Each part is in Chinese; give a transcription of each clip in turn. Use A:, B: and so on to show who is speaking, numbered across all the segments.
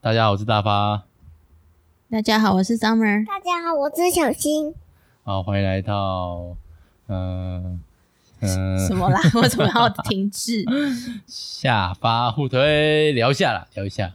A: 大家好，我是大发，
B: 大家好，我是 Summer。
C: 大家好，我是小新。
A: 好，欢迎来到，嗯、嗯、
B: 什 么啦？为什么要停滞？
A: 下发互推聊一下啦，聊一下，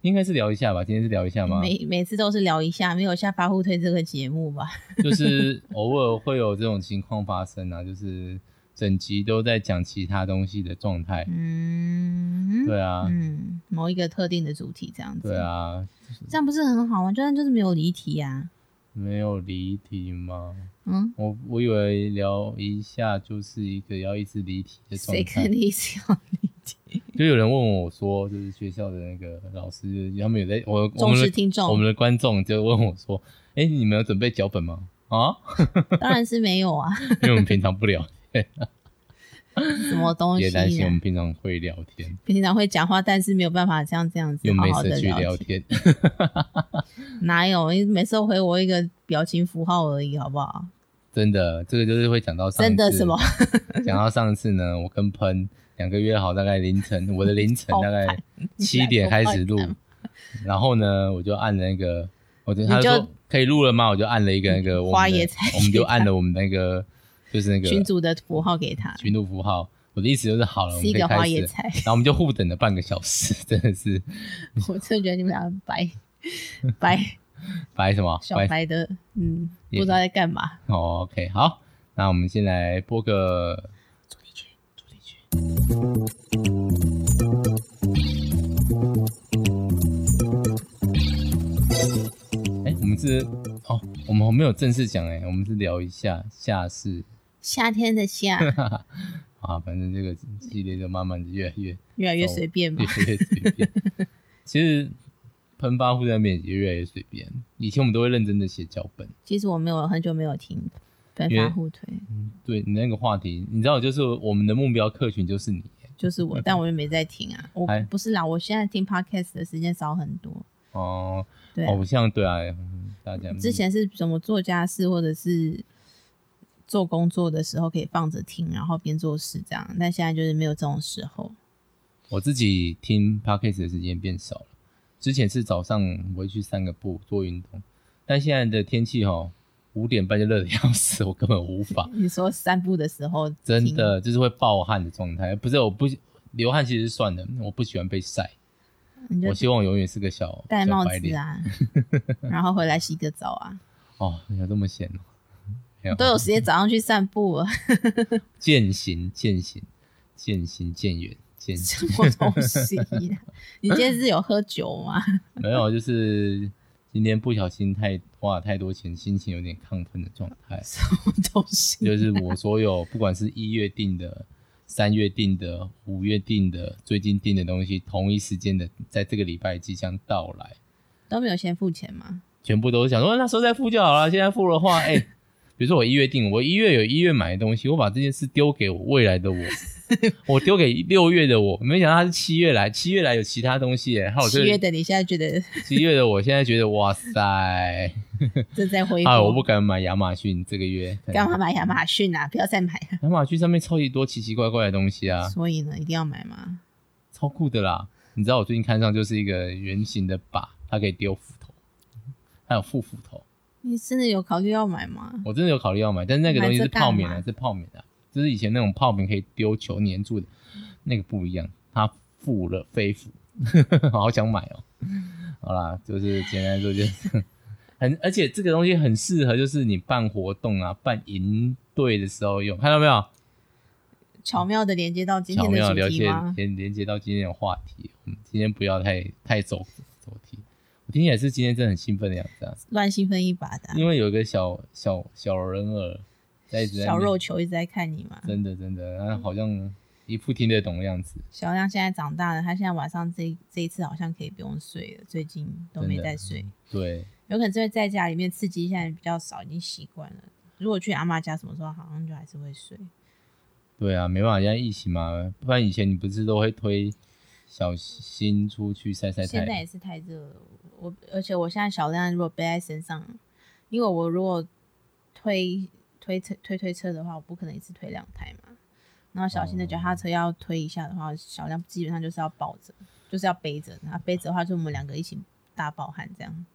A: 应该是聊一下吧？今天是聊一下吗？
B: 每每次都是聊一下，没有下发互推这个节目吧？
A: 就是偶尔会有这种情况发生啊，就是整集都在讲其他东西的状态。
B: 嗯，
A: 对啊，
B: 嗯，某一个特定的主题这样子。
A: 对，啊，
B: 这样不是很好吗？就算就是没有离题啊。
A: 没有离题吗？
B: 嗯，
A: 我我以为聊一下就是一个要一直离题的状
B: 谁
A: 态
B: 跟。你是 要离题？
A: 就有人问我说，就是学校的那个老师，他们有在我我
B: 忠
A: 们的
B: 实听
A: 我们
B: 众
A: 的观众就问我说：“哎、你们有准备脚本吗？”啊，
B: 当然是没有啊，
A: 因为我们平常不 聊，
B: 什么东西
A: 也担心我
B: 啊？
A: 们平常会聊天，
B: 平常会讲话，但是没有办法这样这样子
A: 又
B: 好
A: 没
B: 好的
A: 事去
B: 聊
A: 聊
B: 天。
A: 天。
B: 哪有？你每次都回我一个表情符号而已，好不好？
A: 真的，这个就是会讲到上次
B: 真的什么？
A: 讲到上次呢，我跟喷两个约好，大概凌晨，我的凌晨大概七点开始录，然后呢，我就按了那个，我就他就
B: 哦
A: 说
B: 你就嗯
A: 可以录了吗？我就按了一个那个我们的
B: 花椰菜
A: 我们就按了我们那个就是那个
B: 群主的符号 给他，
A: 群组符号。我的意思就是好了，我们
B: 是一
A: 可以
B: 个花
A: 开始
B: 椰
A: 了。
B: 菜。
A: 然后我们就互等了半个小时， 真的是
B: 我真的觉得你们俩很白白
A: 白什么
B: 小白的，嗯，不
A: 也
B: 知道在干嘛。
A: 哦，OK，好，那我们先来播个
B: 主题曲，主题曲。
A: 哎、我们是哦，我们没有正式讲哎、我们是聊一下夏事
B: 夏天 的夏
A: 啊，反正这个系列就慢慢的越来越
B: 越来越随便嘛
A: 越，来越随便。 其实喷发户那边也越来越随便，以前我们都会认真的写脚本。
B: 其实我没有很久没有听分
A: 因为
B: 发互推，
A: 对你那个话题，你知道，就是我们的目标客群就是你欸
B: 就 是我，但我又没在听啊。我
A: 哎
B: 不是啦，我现在听 podcast 的时间少很多。
A: 哦，
B: 对啊、
A: 偶像对啊，嗯大家
B: 之前是什么做家事或者是做工作的时候可以放着听，然后边做事这样，但现在就是没有这种时候。
A: 我自己听 podcast 的时间变少了，之前是早上我会去散个步做运动，但现在的天气哈，五点半就热的要死，我根本无 法，
B: 你说散步的时候，
A: 真的就是会暴汗的状态。不是我不流汗其实算了，我不喜欢被晒，
B: 你就
A: 我希望我永远是个小
B: 戴帽
A: 小白
B: 子
A: 脸。
B: 啊， 然后回来洗个澡 啊，
A: 哦，有这么闲哦，没
B: 都
A: 有
B: 有时间早上去散步啊了，
A: 渐行渐行渐行渐远渐行。
B: 什么东 西啊、你今天是有喝酒吗？
A: 没有，就是今天不小心太花了太多钱，心情有点亢奋的状态。
B: 什么东西？
A: 就是我所有不管是一月定的、三月定的、五月定的、最近定的东西，同一时间的，在这个礼拜即将到来，
B: 都没有先付钱吗？
A: 全部都是想说那时候再付就好了。现在付的 话，哎、比如说我一月定，我一月有一月买的东西，我把这件事丢给我未来的 我，我丢给六月的我，没想到他是七月来，七月来有其他东西、哎，还有这
B: 七月的你现在觉得
A: 七月的我现在觉得哇塞。
B: 正在恢复？
A: 啊，我不敢买亚马逊这个月。
B: 干嘛？买亚马逊啊？不要再买啊！
A: 亚马逊上面超级多奇奇怪怪的东西啊，
B: 所以呢，一定要买吗？
A: 超酷的啦！你知道我最近看上就是一个圆形的靶，它可以丢斧头，还有副斧头。
B: 你真的有考虑要买吗？
A: 我真的有考虑要买，但是那个东西是
B: 买这干嘛
A: 泡棉的、是泡棉的、就是以前那种泡棉可以丢球粘住的，那个不一样，它附了飞斧， 好想买哦。好啦，就是简单来说就是。 很，而且这个东西很适合，就是你办活动啊、办营队的时候用，看到没有？
B: 巧妙的连接到今
A: 巧
B: 天
A: 妙
B: 的
A: 了
B: 主题
A: 解
B: 吗？
A: 连连接到今天的话题，我们今天不要太太走走题。我听起来是今天真的很兴奋的样子啊，
B: 乱兴奋一把的啊、
A: 因为有一个小小小人儿在一直在那
B: 小肉，球一直在看你嘛。
A: 真的真的，然
B: 嗯
A: 后好像一副听得懂的样子，
B: 小亮现在长大了，他现在晚上这这一次好像可以不用睡了，最近都没在睡，
A: 对，
B: 有可能是因为在家里面刺激现在比较少，已经习惯了。如果去阿妈家什么时候，好像就还是会睡。
A: 对啊，没办法，现在疫情嘛，不然以前你不是都会推小新出去晒晒
B: 现在
A: 太
B: 也是太热了，我而且我现在小亮如果背在身上，因为我如果推推车推推车的话，我不可能一次推
A: 哦
B: 两台嘛。然后小新的脚踏车要推一下的话，小亮基本上就是要抱着，就是要背着，然后背着的话，就我们两个一起大爆汗这样。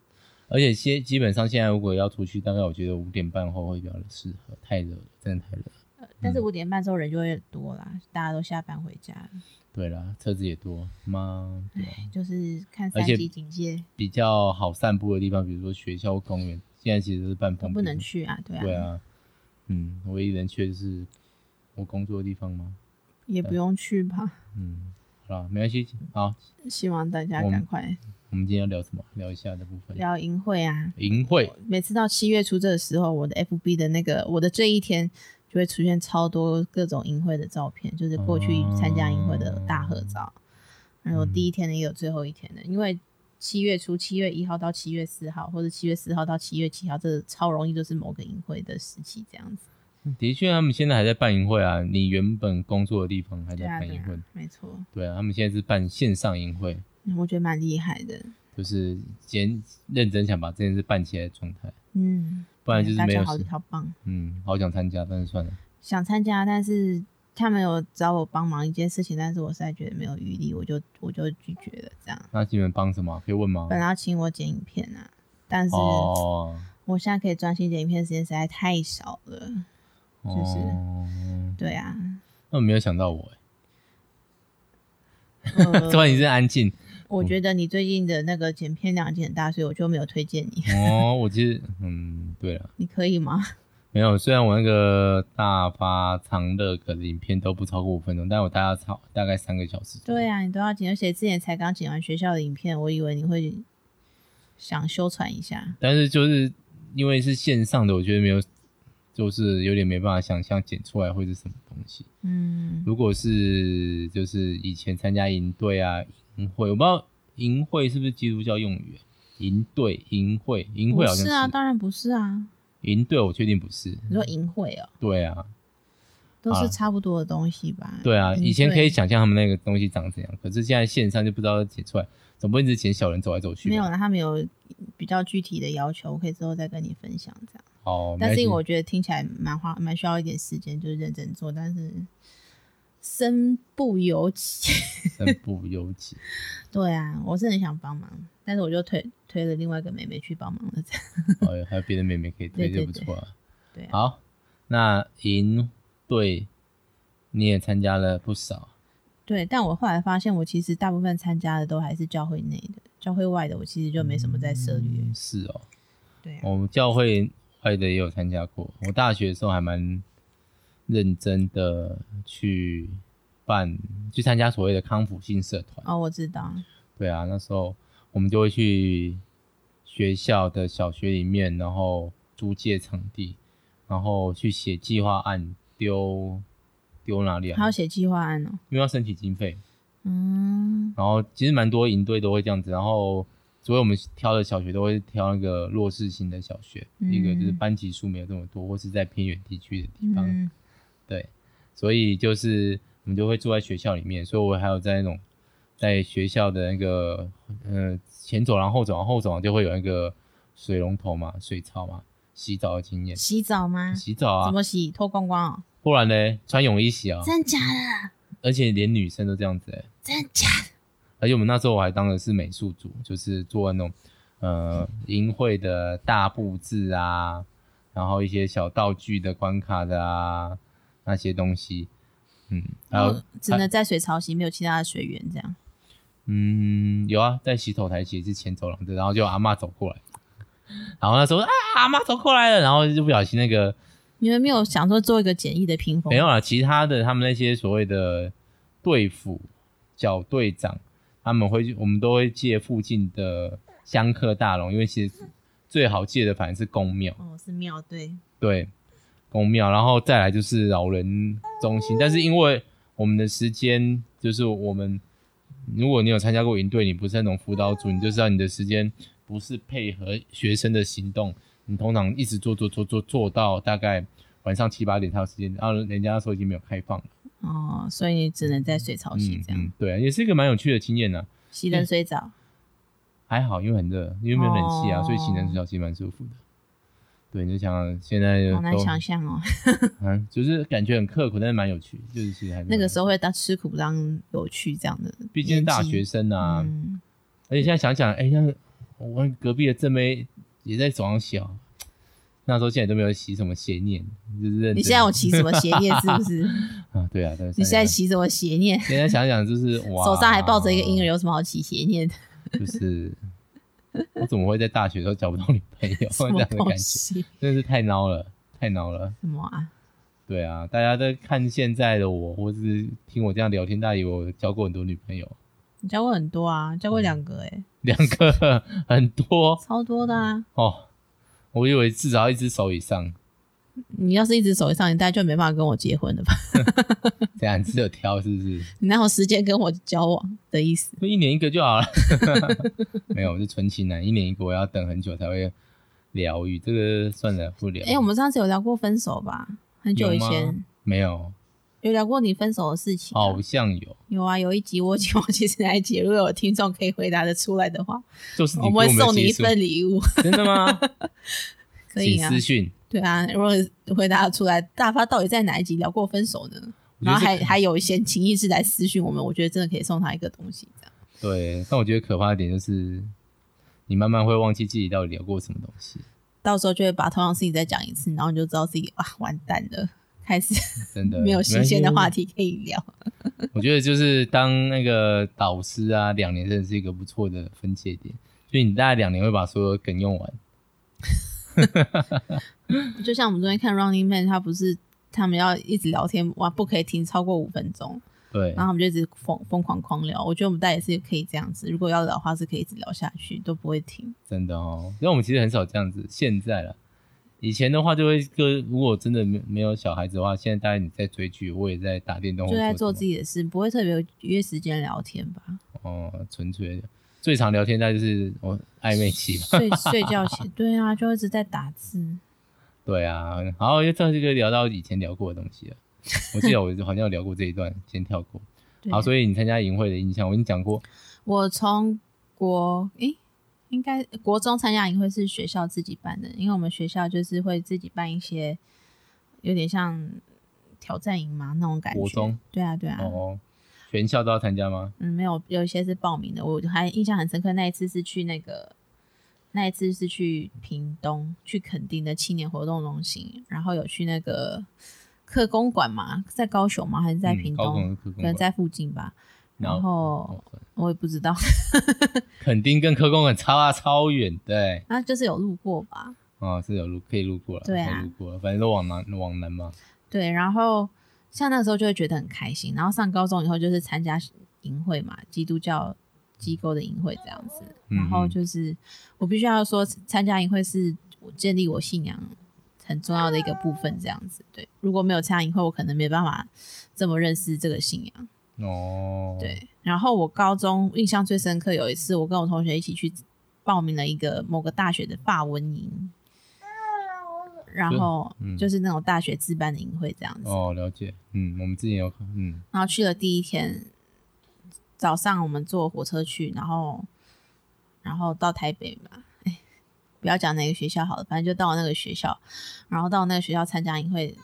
A: 而且现基本上现在如果要出去，大概我觉得五点半后会比较适合，太热了，真的太热了。
B: 呃但
A: 嗯
B: 是五点半之后人就会多啦，大家都下班回家了，
A: 对啦，车子也多，妈，对啊
B: 就是看
A: 而
B: 三
A: 且
B: 级警戒
A: 比较好散步的地方，比如说学校、公园，现在其实是半
B: 都
A: 封闭
B: 不
A: 的
B: 能。去啊，对啊，
A: 对啊，嗯，唯一能去的就是我工作的地方吗？
B: 也不用去吧。
A: 嗯，好啦，没关系。好，
B: 希望大家
A: 我们
B: 赶快
A: 我们今天要聊什么？聊一下的部分。
B: 聊淫秽啊！
A: 淫秽，
B: 每次到七月初这个时候，我的 FB 的那个我的这一天就会出现超多各种淫秽的照片，就是过去参加淫秽
A: 哦
B: 的大合照。然后我
A: 嗯
B: 第一天的也有最后一天的，因为七月初七月一号到七月四号，或者七月四号到七月七号，这超容易就是某个淫秽的时期这样子。
A: 的确，他们现在还在办淫秽啊。你原本工作的地方还在
B: 对啊，
A: 办
B: 对
A: 淫
B: 啊
A: 秽，，
B: 没错，
A: 对啊，他们现在是办线上淫秽，
B: 嗯我觉得蛮厉害的。
A: 就是先认真想把这件事办起来的状态，
B: 嗯，
A: 不然就是
B: 大
A: 没有
B: 家好
A: 时。
B: 好棒。
A: 嗯，好想参加，但是算了。
B: 想参加，但是他们有找我帮忙一件事情，但是我实在觉得没有余力，我就我就拒绝了。这样
A: 那你们帮什么啊？可以问吗？
B: 本来要请我剪影片啊，但是
A: 哦，
B: 我现在可以专心剪影片的时间实在太少了。就是
A: 哦，
B: 对啊，
A: 那没有想到我欸，突
B: 呃，
A: 然一阵安静。
B: 我觉得你最近的那个剪片量已经很大，所以我就没有推荐你。
A: 哦，我其实，嗯，对了，
B: 你可以吗？
A: 没有。虽然我那个大发长乐可的影片都不超过五分钟，但我大概超大概三个小时。
B: 对，啊，你都要剪，而且之前才刚剪完学校的影片，我以为你会想修传一下。
A: 但是就是因为是线上的，我觉得没有，就是有点没办法想象剪出来会是什么东西。
B: 嗯，
A: 如果是就是以前参加营队啊、营会，我不知道营会是不是基督教用语，欸营队、营会、营会
B: 不
A: 好像
B: 是啊，
A: 是
B: 当然不是啊。
A: 营队，我确定不是。
B: 你说淫秽哦，
A: 对啊，
B: 都
A: 啊
B: 是差不多的东西吧？嗯
A: 对啊，
B: 淫
A: 以前可
B: 秽
A: 以想象他们那个东西长怎样，可是现在线上就不知道剪出来，总不能一直剪小人走来走去吧。
B: 没有啦，啊他们有比较具体的要求，我可以之后再跟你分享这样。
A: 哦，没
B: 但
A: 关
B: 是
A: 系
B: 因为我觉得听起来蛮花，蛮需要一点时间，就是认真做，但是身不由己。
A: 身不由己。
B: 对啊，我是很想帮忙，但是我就推推了另外一个妹妹去帮忙了，这样。
A: 哦，还有别的妹妹可以推，
B: 对
A: 就
B: 对
A: 不错啊。
B: 对啊，
A: 好，那营队你也参加了不少，
B: 对，但我后来发现，我其实大部分参加的都还是教会内的，教会外的我其实就没什么在涉猎。
A: 嗯是哦。
B: 对啊，
A: 我们教会外的也有参加过。我大学的时候还蛮认真的去办，去参加所谓的康复性社团。
B: 哦，我知道，
A: 对啊，那时候我们就会去学校的小学里面，然后租借场地，然后去写计划案，丢丢哪里
B: 还
A: 啊
B: 要？写计划案哦。
A: 因为要申请经费，
B: 嗯，
A: 然后其实蛮多营队都会这样子，然后所以我们挑的小学都会挑那个弱势型的小学，
B: 嗯
A: 一个就是班级数没有这么多，或是在偏远地区的地方，
B: 嗯，
A: 对，所以就是我们就会住在学校里面，所以我还有在那种在学校的那个呃前走廊、后走廊、后走廊就会有那个水龙头嘛、水槽嘛，洗澡的经验，
B: 洗澡吗？
A: 洗澡啊
B: 嗯怎，么洗？脱光光哦？
A: 不然呢穿泳衣洗啊，
B: 真假的？
A: 而且连女生都这样子、欸，
B: 真假的？
A: 而且我们那时候我还当的是美术组，就是做那种呃淫秽的大布置啊，然后一些小道具的关卡的啊那些东西，嗯，还有、
B: 哦只能在水槽洗，没有其他的水源这样。
A: 嗯有啊，在洗手台洗是前走廊的，然后就阿嬷走过来，然后那时候啊阿嬷走过来了，然后就不小心那个
B: 你们没有想说做一个简易的屏风？
A: 没有啊，其他的他们那些所谓的队辅、小队长，他们会去我们都会借附近的香客大楼，因为其实最好借的反而是公庙，
B: 哦，是庙对，
A: 对，公庙，然后再来就是老人中心。但是因为我们的时间，就是我们，如果你有参加过营队，你不是那种辅导组，你就知道你的时间不是配合学生的行动，你通常一直做做做做做到大概晚上七八点才有时间，然后人家那时候已经没有开放了。
B: 哦，所以你只能在水槽
A: 嗯
B: 洗哦这样，
A: 嗯，对啊，也是一个蛮有趣的经验呐、
B: 洗冷水澡。
A: 还好，因为很热，因为没有冷气啊，
B: 哦
A: 所以洗冷水澡其实蛮舒服的。对，你就想现在
B: 好难
A: 都
B: 想象哦，
A: 嗯，就是感觉很刻苦，但是蛮有趣，就是其实还是
B: 那个时
A: 候，
B: 候会当吃苦当有趣这样的年纪，
A: 毕竟是大学生啊，
B: 嗯，
A: 而且现在想想，哎、像我隔壁的正妹也在床上笑，那时候现在都没有起什么邪念，就是认真
B: 你现在有起什么邪念是 不是？
A: 啊，对啊，但是
B: 你现在起什么邪念？
A: 现在想想 就是哇，
B: 手上还抱着一个婴儿，，有什么好起邪念的？
A: 就是我怎么会在大学的时候交不到女朋友
B: 什
A: 这
B: 么
A: 样的
B: 东
A: 感觉，
B: 西？
A: 真的是太孬了，太孬了。
B: 什么啊？
A: 对啊，大家在看现在的我，或是听我这样聊天，大家以为我交过很多女朋友，
B: 你教过很多啊，教过两个哎、
A: 两个 很多
B: 超多的啊！
A: 哦。我以为至少要一只手以上，
B: 你要是一直手上，你大概就没办法跟我结婚了吧？
A: 这样只有挑是不是？
B: 你哪有时间跟我交往的意思？
A: 就一年一个就 好了。没有，我是纯情男，一年一个，我要等很久才会疗愈。这个算了，不聊。
B: 哎、我们上次有聊过分手吧？很久以
A: 有
B: 前
A: 吗没有，哦
B: 有聊过你分手的事情啊、
A: 好像有，
B: 有啊，有一集我已经忘记是哪一集，如果有听众可以回答的出来的话，
A: 就是你
B: 我
A: 给
B: 们
A: 我
B: 会送
A: 的
B: 你一
A: 技术，
B: 份礼物，
A: 真的吗？
B: 可以
A: 请
B: 啊
A: 私？讯，
B: 对啊，如果回答得出来，大发到底在哪一集聊过分手呢？
A: 我觉
B: 然
A: 得
B: 后
A: 这
B: 还还有一些情意是来私讯我们，我觉得真的可以送他一个东西，这样
A: 对。但我觉得可怕的点就是，你慢慢会忘记自己到底聊过什么东西，
B: 到时候就会把同样事情再讲一次，然后你就知道自己啊完蛋了，开始
A: 真的
B: 没有新鲜的话
A: 关系。
B: 题可以聊。
A: 我觉得就是当那个导师啊，两年真的是一个不错的分界点，所以你大概两年会把所有梗用完。
B: 就像我们昨天看《Running Man》，他不是他们要一直聊天，哇，不可以停超过五分钟，
A: 对
B: 然，后他们就一直疯疯狂狂聊。我觉得我们大家也是可以这样子，如果要聊的话是可以一直聊下去，都不会停。
A: 真的哦。因为我们其实很少这样子，现在了。以前的话就会跟，如果真的没没有小孩子的话，现在大概你在追剧，我也在打电动，
B: 就在
A: 做
B: 做自己的事，不会特别约时间聊天吧？
A: 哦，纯粹的。最常聊天大概就是我、哦、暧昧期吧。
B: 睡睡觉 前，对啊，就一直在打字。
A: 对啊，然后又到这个聊到以前聊过的东西了。我记得我好像有聊过这一段，先跳过。
B: 对啊
A: 好，所以你参加营会的印象，我跟你讲过，
B: 我从国诶、应该国中参加营会是学校自己办的，因为我们学校就是会自己办一些有点像挑战营嘛那种感觉。
A: 国中
B: 对啊对啊，
A: 哦，全校都要参加吗？
B: 嗯，没有有一些是报名的，我还印象很深刻，那一次是去那个。那一次是去屏东，去垦丁的青年活动中心，然后有去那个客工馆嘛，在高雄吗？还是在
A: 嗯
B: 屏
A: 高
B: 东？
A: 中科
B: 可
A: 工
B: 能
A: 馆，哦
B: 在附近吧。然后我也不知道，
A: 肯定跟科工很差超远，对，
B: 那就是有路过吧。
A: 哦，是有路可以路过了，
B: 对啊
A: 可以路过了，反正都往南往南嘛，
B: 对，然后像那时候就会觉得很开心，然后上高中以后就是参加营会嘛，基督教机构的营会这样子，然后
A: 嗯哼
B: 就是我必须要说，参加营会是我建立我信仰很重要的一个部分，这样子。对，如果没有参加营会，我可能没办法这么认识这个信仰。
A: 哦，，
B: 对，然后我高中印象最深刻有一次，我跟我同学一起去报名了一个某个大学的法文营，然
A: 是
B: 后
A: 嗯
B: 就是那种大学自办的营会这样子。
A: 哦，了解，嗯，我们之前有， 嗯，
B: 然后去了第一天早上，我们坐火车去，然后然后到台北嘛，哎，不要讲哪个学校好了，反正就到那个学校，然后到那个学校参加营会，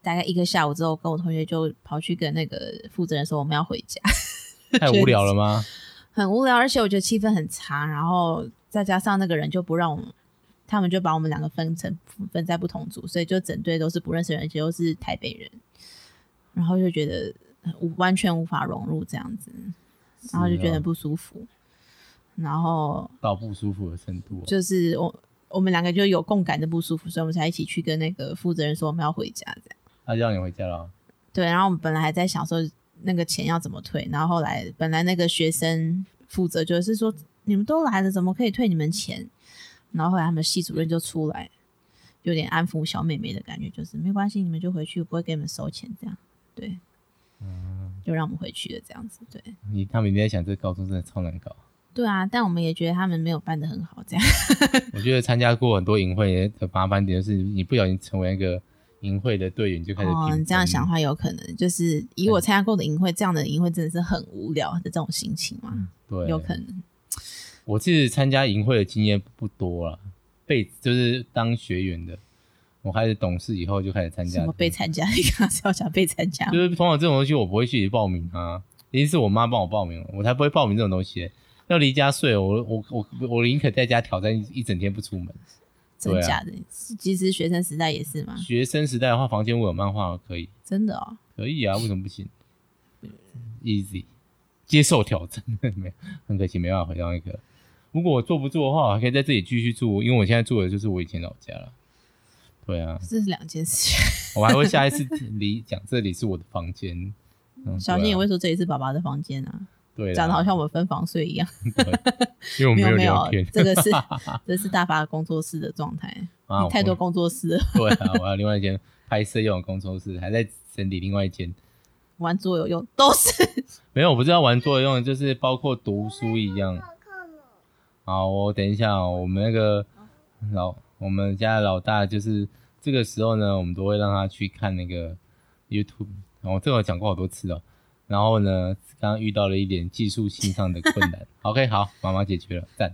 B: 大概一个下午之后，跟我同学就跑去跟那个负责人说我们要回家，
A: 太无聊了吗？
B: 很无聊，而且我觉得气氛很差，然后再加上那个人就不让我们。他们就把我们两个分成分在不同组，所以就整队都是不认识的人，而且都是台北人，然后就觉得很无完全无法融入这样子，然后就觉
A: 啊
B: 得很不舒服，然后
A: 到不舒服的程度哦，
B: 就是我我们两个就有共感的不舒服，所以我们才一起去跟那个负责人说我们要回家这样。
A: 他啊就让你回家了，
B: 对，然后我们本来还在想说那个钱要怎么退，然后后来本来那个学生负责就是说你们都来了，怎么可以退你们钱？然后后来他们系主任就出来，有点安抚小妹妹的感觉，就是没关系，你们就回去，我不会给你们收钱，这样对，
A: 嗯
B: 就让我们回去了，这样子对。
A: 你他们一定在想，这高中真的超难搞。
B: 对啊，但我们也觉得他们没有办的很好，这样
A: 我觉得参加过很多营会的麻烦点就是，你不小心成为一个营会的队员，就开始
B: 哦，
A: 评
B: 你这样
A: 分
B: 想的话有可能，就是以我参加过的营会，这样的营会真的是很无聊的这种心情嘛，
A: 嗯对，
B: 有可能。
A: 我其实参加营会的经验不多了，被就是当学员的，我开始懂事以后就开始参加
B: 什
A: 的，
B: 么被参加？ 你刚刚是要讲被参加吗？
A: 就是通常这种东西我不会去报名啊，一定是我妈帮我报名，我才不会报名这种东西。要离家睡，我我我我宁可在家挑战一整天不出门。
B: 真
A: 对啊
B: 假的？其实学生时代也是嘛，
A: 学生时代的话，房间我有漫画可以，
B: 真的哦。
A: 可以啊，为什么不行？Easy，接受挑战，没有，很可惜没办法回到那个。如果我做不做的话，我还可以在这里继续住，因为我现在住的就是我以前老家了。对啊，
B: 这是两件事情，
A: 我还会下一次离讲这里是我的房间。嗯，
B: 小新
A: 对啊
B: 也会说这里是爸爸的房间啊，
A: 对啦，
B: 讲的好像我们分房睡一样。
A: 因为我没
B: 有没有
A: 聊天，
B: 这个 是这是大发工作室的状态，
A: 啊，
B: 你太多工作室了
A: 对啊，我还有另外一间拍摄用的工作室，还在整理另外一间。
B: 玩桌游用都是
A: 没有，我不知道玩作用，就是包括读书一样。好，我等一下哦、我们那个老我们家的老大，就是这个时候呢，我们都会让他去看那个 YouTube。然后这个我讲过好多次哦。然后呢，刚刚遇到了一点技术性上的困 难。OK，好，妈妈解决了，赞。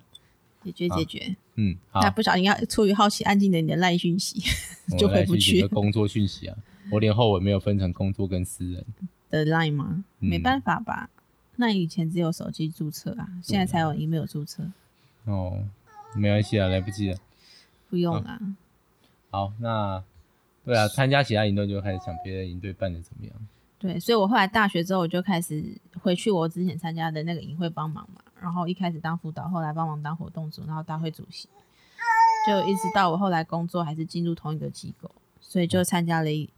B: 解决解决。
A: 嗯，好，
B: 那不小心要出于好奇按进了你的赖讯息
A: 我
B: 就回
A: 来
B: 不
A: 去
B: 去
A: 几个工作讯息啊，我连后尾没有分成工作跟私人。
B: 的赖吗？
A: 嗯
B: 没办法吧？那以前只有手机注册啊，现在才
A: 嗯
B: 有 email 注册，
A: 哦，没关系啊，来不及了。
B: 不用
A: 啊
B: 啊啦。
A: 好，那对啊，参加其他营队就开始想别的营队办的怎么样。
B: 对，所以我后来大学之后，我就开始回去我之前参加的那个营会帮忙嘛，然后一开始当辅导，后来帮忙当活动组，然后大会主席，就一直到我后来工作还是进入同一个机构，所以就参加了一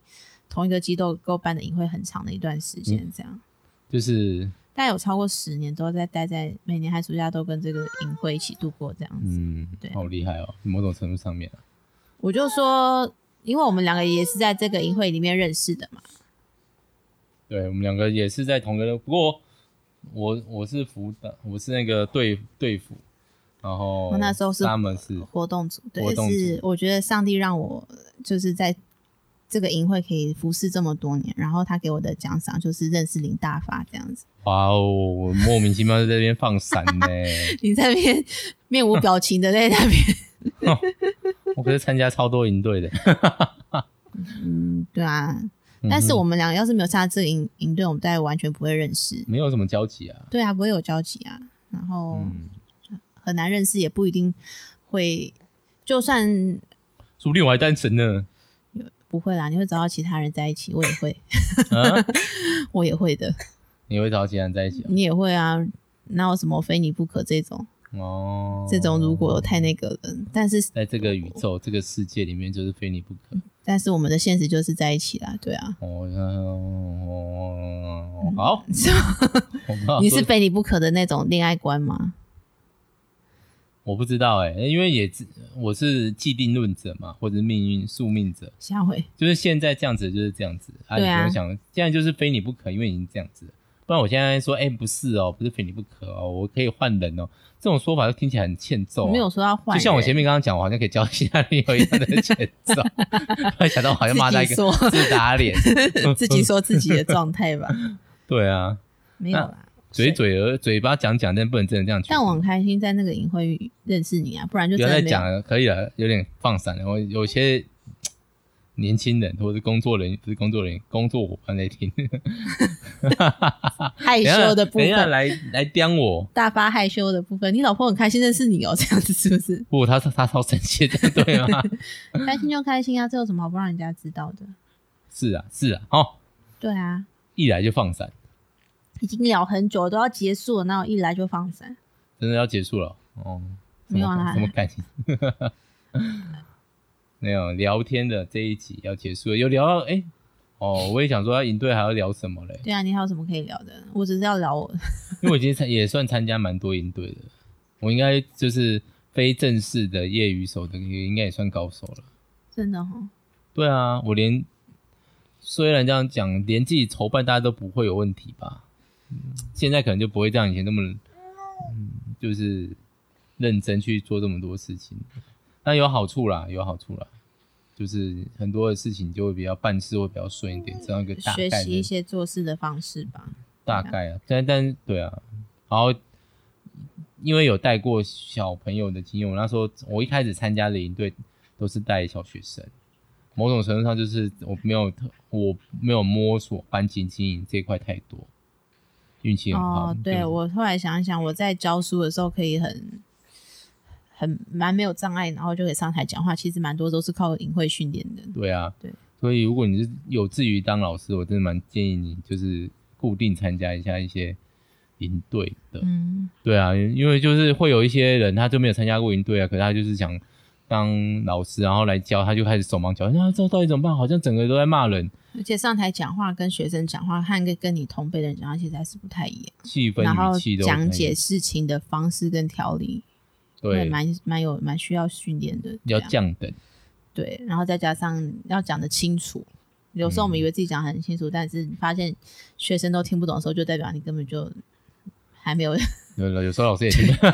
B: 同一个机构够办的营会很长的一段时间，这样，
A: 就是
B: 大概有超过十年都在待在每年寒暑假都跟这个营会一起度过这样子。
A: 嗯
B: 对，
A: 好厉害哦，某种程度上面啊、
B: 我就说，因为我们两个也是在这个营会里面认识的嘛，
A: 对我们两个也是在同个，不过我我是辅导，我是那个队队辅，然后
B: 哦我那时候是
A: 他们是
B: 活动组，对，
A: 嗯活动组
B: 是我觉得上帝让我就是在这个营会可以服侍这么多年，然后他给我的奖赏就是认识林大发这样子。
A: 哇哦，我莫名其妙就在那边放闪呢、
B: 你在那 边面无表情的在那边，
A: 我可是参加超多营队的，
B: 嗯，对啊。 但
A: 嗯
B: 是我们两个要是没有参加这个营营队，我们大概完全不会认识。
A: 没有什么交集啊。
B: 对啊，不会有交集啊，然后
A: 嗯，
B: 很难认识，也不一定会，就算
A: 说不定我还单身呢。
B: 不会啦，你会找到其他人在一起，我也会，
A: 啊，
B: 我也会的，
A: 你会找其他人在一起啊
B: 你也会啊，哪有什么非你不可这种？
A: 哦？
B: 嗯这种如果太那个了，但是
A: 在这个宇宙、这个世界里面，就是非你不可。
B: 但是我们的现实就是在一起啦，对啊，
A: 哦，哦好，
B: 是
A: 我不知道
B: 你
A: 说
B: 是非你不可的那种恋爱观吗？
A: 我不知道哎、因为也只我是既定论者嘛，或者是命运宿命者，
B: 下回
A: 就是现在这样子就是这样子啊，
B: 对
A: 你
B: 啊
A: 不用想，现在就是非你不可，因为已经这样子了。不然我现在说，哎、不是哦，不是非你不可哦，我可以换人哦，这种说法就听起来很欠揍、
B: 我
A: 啊。
B: 没有说要换
A: 就
B: 人，
A: 像我前面刚刚讲，我好像可以教其他女友一样的欠 揍，突然想到我好像骂他一
B: 自己
A: 个
B: 说
A: 自打脸。
B: 自己说自己的状态吧，
A: 对啊，
B: 没有啦。
A: 嘴嘴而嘴巴讲讲，但不能真的这样去。
B: 但我很开心在那个影会认识你啊，不然 就
A: 不
B: 真
A: 要
B: 的
A: 再
B: 没
A: 讲
B: 有。
A: 了，可以了，有点放散了。我有些年轻人或者是工作人员，不是工作人员，工作伙伴在听，
B: 害
A: 等一下
B: 羞的部
A: 等一下
B: 分，
A: 来来刁我。？
B: 大发害羞的部分，你老婆很开心认识你哦，这样子是不是
A: 不，他他超生气，这样对吗？
B: 开心就开心啊，这有什么好不让人家知道的？
A: 是啊，是啊，哦，
B: 对啊，
A: 一来就放散，
B: 已经聊很久了都要结束了，那我一来就放闪。
A: 真的要结束了哦。什
B: 没有
A: 么
B: 啦
A: 什么感情？ 没有聊天的这一集要结束了，有聊到哎、哦，我也想说要应对还要聊什么嘞，
B: 对啊，你还有什么可以聊的？我只是要聊我
A: 因为我已经参也算参加蛮多营队的，我应该就是非正式的业余手的，应该也算高手了。
B: 真的哦哈，
A: 对啊，我连虽然这样讲，连自己筹办大家都不会有问题吧？嗯现在可能就不会像以前那么，嗯，就是认真去做这么多事情。那有好处啦，有好处啦，就是很多的事情就会比较办事会比较顺一点，这样一个大
B: 学
A: 概
B: 习一
A: 的
B: 些做事的方式吧。
A: 大概啊，但但对啊，然后啊因为有带过小朋友的经验，我那时候我一开始参加的营队都是带小学生，某种程度上就是我没有特我没有摸索班级经营这一块太多，运气很好。嗯
B: 哦，
A: 就是
B: 对我后来想一想，我在教书的时候可以很很蛮没有障碍，然后就可以上台讲话，其实蛮多都是靠隐晦训练的。
A: 对啊，
B: 对。
A: 所以如果你是有志于当老师，我真的蛮建议你就是固定参加一下一些营队的。
B: 嗯，
A: 对啊，因为就是会有一些人他就没有参加过营队啊，可是他就是想当老师，然后来教，他就开始手忙脚乱，啊，这到底怎么办？好像整个都在骂人，
B: 而且上台讲话跟学生讲话，和跟跟你同辈的人讲话其实还是不太一样。
A: 气氛
B: 然后
A: 语气都不太一
B: 讲
A: 样
B: 解事情的方式跟条理，会
A: 对，
B: 蛮蛮有蛮需要训练的。
A: 要
B: 这样
A: 降等，
B: 对，然后再加上要讲的清楚。有时候我
A: 嗯
B: 们以为自己讲得很清楚，但是发现学生都听不懂的时候，就代表你根本就还没有
A: 有有时候老师也听不懂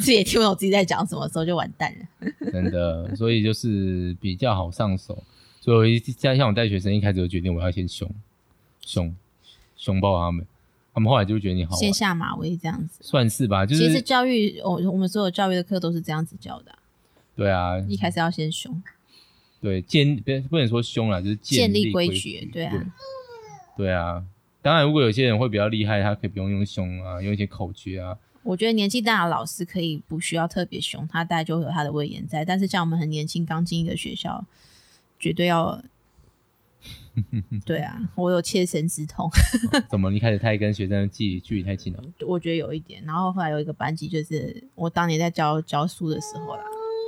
B: 自己也听不懂自己在讲什么，时候就完蛋了。
A: 真的，所以就是比较好上手。所以我一加像我带学生，一开始就决定我要先凶凶凶爆他们，他们后来就觉得你好玩
B: 先，下马威这样子。
A: 算是吧，就
B: 其实
A: 是
B: 教育，我我们所有教育的课都是这样子教的啊、
A: 对啊，
B: 一开始要先凶，
A: 对建不不能说凶啦，就是
B: 建
A: 立
B: 立规
A: 矩，
B: 矩，对啊，
A: 对啊。当然，如果有些人会比较厉害，他可以不用用凶啊，用一些口诀 啊，
B: 我觉得年纪大的老师可以不需要特别凶，他大概就会有他的威严在。但是像我们很年轻，刚进一个学校，绝对要。 对啊，我有切身之痛，
A: 怎么一开始太跟学生距离距离太近了？
B: 我觉得有一点。然后后来有一个班级，就是我当年在教教书的时候啦，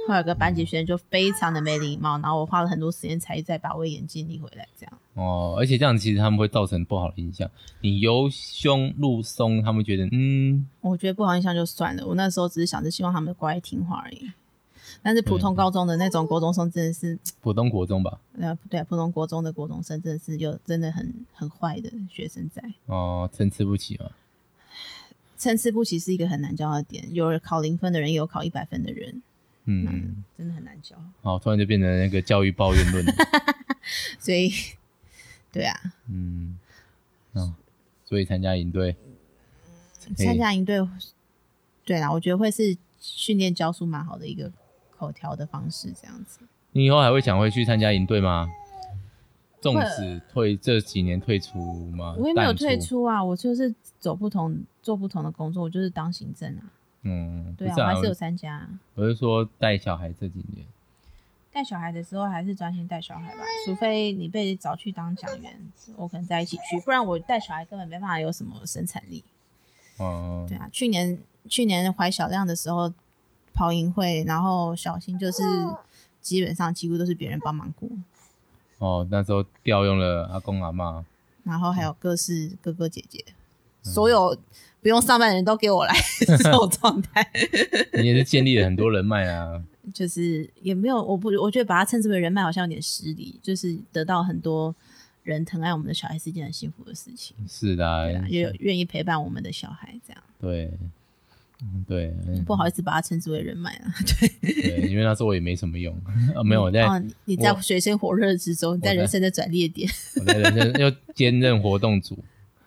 B: 后来有个班级学生就非常的没礼貌，然后我花了很多时间才再把威严建立回来，这样。
A: 哦，而且这样其实他们会造成不好的影响。你由凶入松，他们觉得嗯，
B: 我觉得不好印象就算了，我那时候只是想着希望他们乖听话而已。但是普通高中的那种高中生真的是
A: 普通国中吧，
B: 呃，不对，普通国中的国中生真的是有真的很很坏的学生在，
A: 哦，参差不齐嘛，
B: 参差不齐是一个很难教的点。有考零分的人，也有考一百分的人，
A: 嗯，
B: 真的很难教。
A: 好，突然就变成那个教育抱怨论 了，
B: 所以，对啊，
A: 嗯，嗯，所以参加营队，可以
B: 参加营队，对啦，我觉得会是训练教书蛮好的一个口条的方式，这样子。
A: 你以后还会想回去参加营队吗？纵使退这几年退出吗？
B: 我也没有
A: 淡
B: 退，出啊，我就是走不同做不同的工作，我就是当行政啊，
A: 嗯，
B: 对啊，
A: 不是
B: 我
A: 啊，
B: 还是有参加、啊。
A: 我是说带小孩这几年，
B: 带小孩的时候还是专心带小孩吧，除非你被找去当讲员，我可能在一起去，不然我带小孩根本没办法有什么生产力。
A: 嗯，
B: 对啊，去年去年怀小亮的时候跑营会，然后小新就是基本上几乎都是别人帮忙顾，
A: 哦，那时候调用了阿公阿妈，
B: 然后还
A: 嗯
B: 有各式哥哥姐姐，所有不用上班的人都给我来 这种状态，
A: 你也是建立了很多人脉啊，
B: 就是也没有我不我觉得把他称之为人脉好像有点失礼，就是得到很多人疼爱我们的小孩是一件很幸福的事情。
A: 是的啊、
B: 对啊，也有愿意陪伴我们的小孩，这样
A: 对，嗯，对，嗯
B: 不好意思把它称之为人脉啊了。
A: 对，因为那时候我也没什么用， 啊、没有我在、
B: 哦，你你在
A: 我
B: 水深火热之中，你在
A: 我在
B: 人生的转捩点。
A: 我在人生又兼任活动组，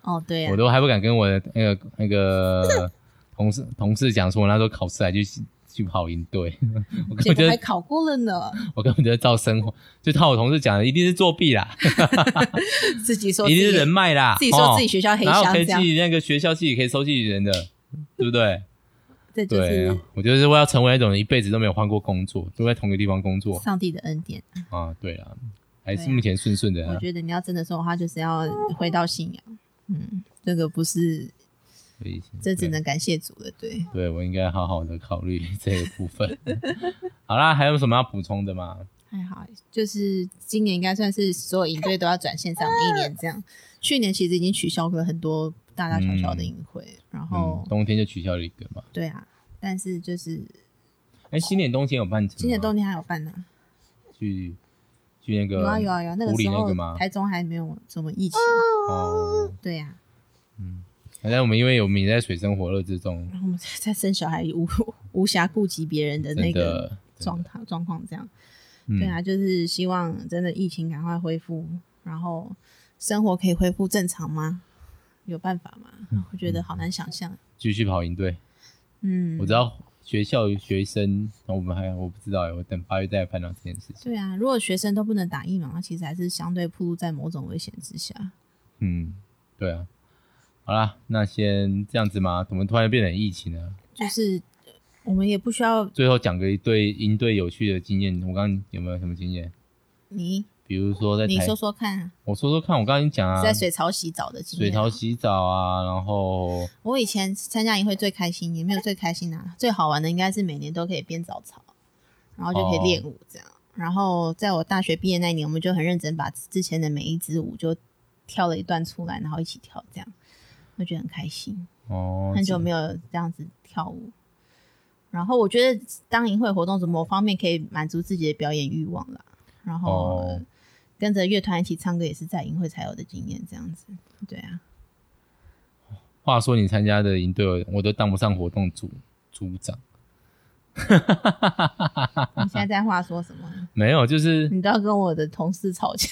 B: 哦，对呀、
A: 我
B: 啊，
A: 都还不敢跟我的那个那个同事同事讲说，我那时候考试还去去跑营队，我根
B: 结
A: 本就
B: 果还考过了 呢，
A: 我根本就照生活，就套我同事讲的，一定是作弊啦，
B: 自己说
A: 一
B: 自
A: 定
B: 己
A: 是人脉啦，
B: 自己说自己
A: 哦
B: 学校黑
A: 然后
B: 箱
A: 可
B: 这
A: 以自
B: 样，
A: 己那个学校自己可以收集人的，对不对？
B: 这 就
A: 对啊
B: 是，
A: 我就是我要成为那种一辈子都没有换过工作，都在同一个地方工作
B: 上帝的恩典。
A: 啊。对啦，还
B: 对
A: 是
B: 啊
A: 目前顺顺的、
B: 我
A: 啊，
B: 觉得你要真的说的话，就是要回到信仰。嗯，这个不是，
A: 所以
B: 这只
A: 对
B: 能感谢主了。对，
A: 对我应该好好的考虑这个部分。 好啦，还有什么要补充的吗？嗯
B: 还好，就是今年应该算是所有营队都要转线上的一年这样。去年其实已经取消了很多大大小小的营会，然后
A: 嗯，、冬天就取消了一个嘛。
B: 对啊，但是就是
A: 哎、新年冬天有办成吗？
B: 今年冬天还有办呢、
A: 去去啊那个
B: 有啊有啊有啊，那个
A: 湖里
B: 时
A: 那
B: 候
A: 个吗？
B: 台中还没有什么疫情，
A: 哦，
B: 对啊呀、
A: 反正我们因为有米在水深火热之中，
B: 然后我们在在生小孩无无暇顾及别人的
A: 真
B: 那个
A: 的
B: 状态状况这样，
A: 嗯
B: 对啊，就是希望真的疫情赶快恢复，然后生活可以恢复
A: 嗯
B: 正常吗？有办法吗？我觉得好难想象。
A: 继续跑赢队，
B: 嗯，
A: 我知。道学校学生，那我们还我不知道哎，我等八月再来判断这件事情。
B: 对啊，如果学生都不能打疫苗，那其实还是相对暴露在某种危险之下。
A: 嗯，对啊。好啦，那先这样子吗？怎么突然变成疫情呢？
B: 就是呃我们也不需要
A: 最后讲个一对应对有趣的经验，我刚刚有没有什么经验？
B: 你，
A: 比如说在台，
B: 你说说看，
A: 我说说看，我刚刚已经讲啊，
B: 在水槽洗澡的经
A: 水
B: 验啊。
A: 槽洗澡啊，然后
B: 我以前参加营会最开心，也没有最开心啊，最好玩的应该是每年都可以编早操，然后就可以练舞这样。然后在我大学毕业那一年，我们就很认真把之前的每一支舞就跳了一段出来，然后一起跳这样，我觉得很开心，
A: 哦，
B: 很久没有这样子跳舞。然后我觉得当营会活动，某方面可以满足自己的表演欲望啦。然后、
A: 哦
B: 跟着乐团一起唱歌，也是在营会才有的经验，这样子。对啊，
A: 话说你参加的营队，我都当不上活动组组长，
B: 你现在在话说什么？
A: 没有，就是
B: 你都要跟我的同事吵架，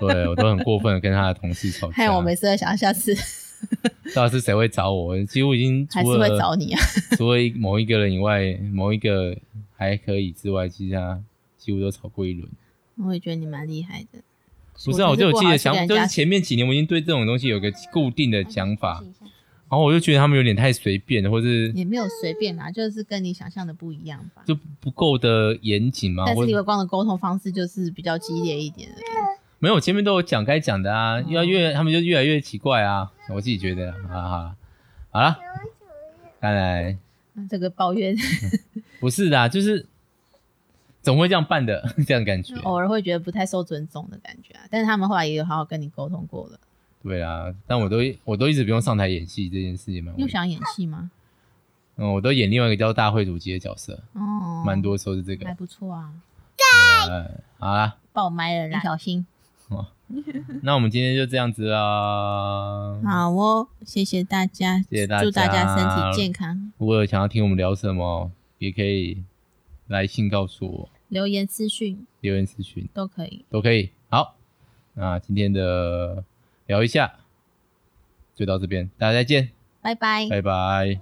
A: 对我都很过分的跟他的同事吵
B: 害
A: 架，
B: 我每次都想下次
A: 到底是谁会找我？几乎已经
B: 还是
A: 除
B: 会
A: 了
B: 找你啊。
A: 除了某一个人以外，某一个还可以之外，其他几乎都吵过一轮。
B: 我也觉得你蛮厉害的，
A: 不是啊，我就有
B: 不
A: 自己
B: 好
A: 的
B: 意思
A: 想
B: 跟人
A: 就是
B: 家嗯
A: 前面几年我已经对这种东西有个固定的想法，然后我就觉得他们有点太随便，或是
B: 也没有随便啦，就是跟你想象的不一样吧。
A: 就不够的严谨嘛。
B: 但是
A: 啊我
B: 李伟光的沟通方式就是比较激烈一点而已。
A: 没有，我前面都有讲该讲的
B: 哦
A: 啊，越来越他们就越来越奇怪啊，我自己觉得啊，好了，看来
B: 那这个抱怨
A: 不是的，就是总会这样办的， 这样感觉。
B: 偶尔会觉得不太受尊重的感觉啊，但是他们后来也有好好跟你沟通过了。
A: 对啊，但我都我都一直不用上台演戏这件事情嘛
B: 你，有想演戏吗？
A: 嗯，我都演另外一个叫大会主机的角色，
B: 哦，
A: 蛮，多时候是这个
B: 还。不错啊。
A: 嗯，好啦。
B: 爆麦了啦，小心。
A: 那我们今天就这样子啦。
B: 好哦，谢谢大家，
A: 谢谢大家
B: 祝大家身体健康。
A: 如果有想要听我们聊什么，也可以来信告诉我，
B: 留言私讯
A: 留言私讯
B: 都可以。
A: 都可以。好，那今天的聊一下就到这边，大家再见，
B: 拜拜。
A: 拜拜。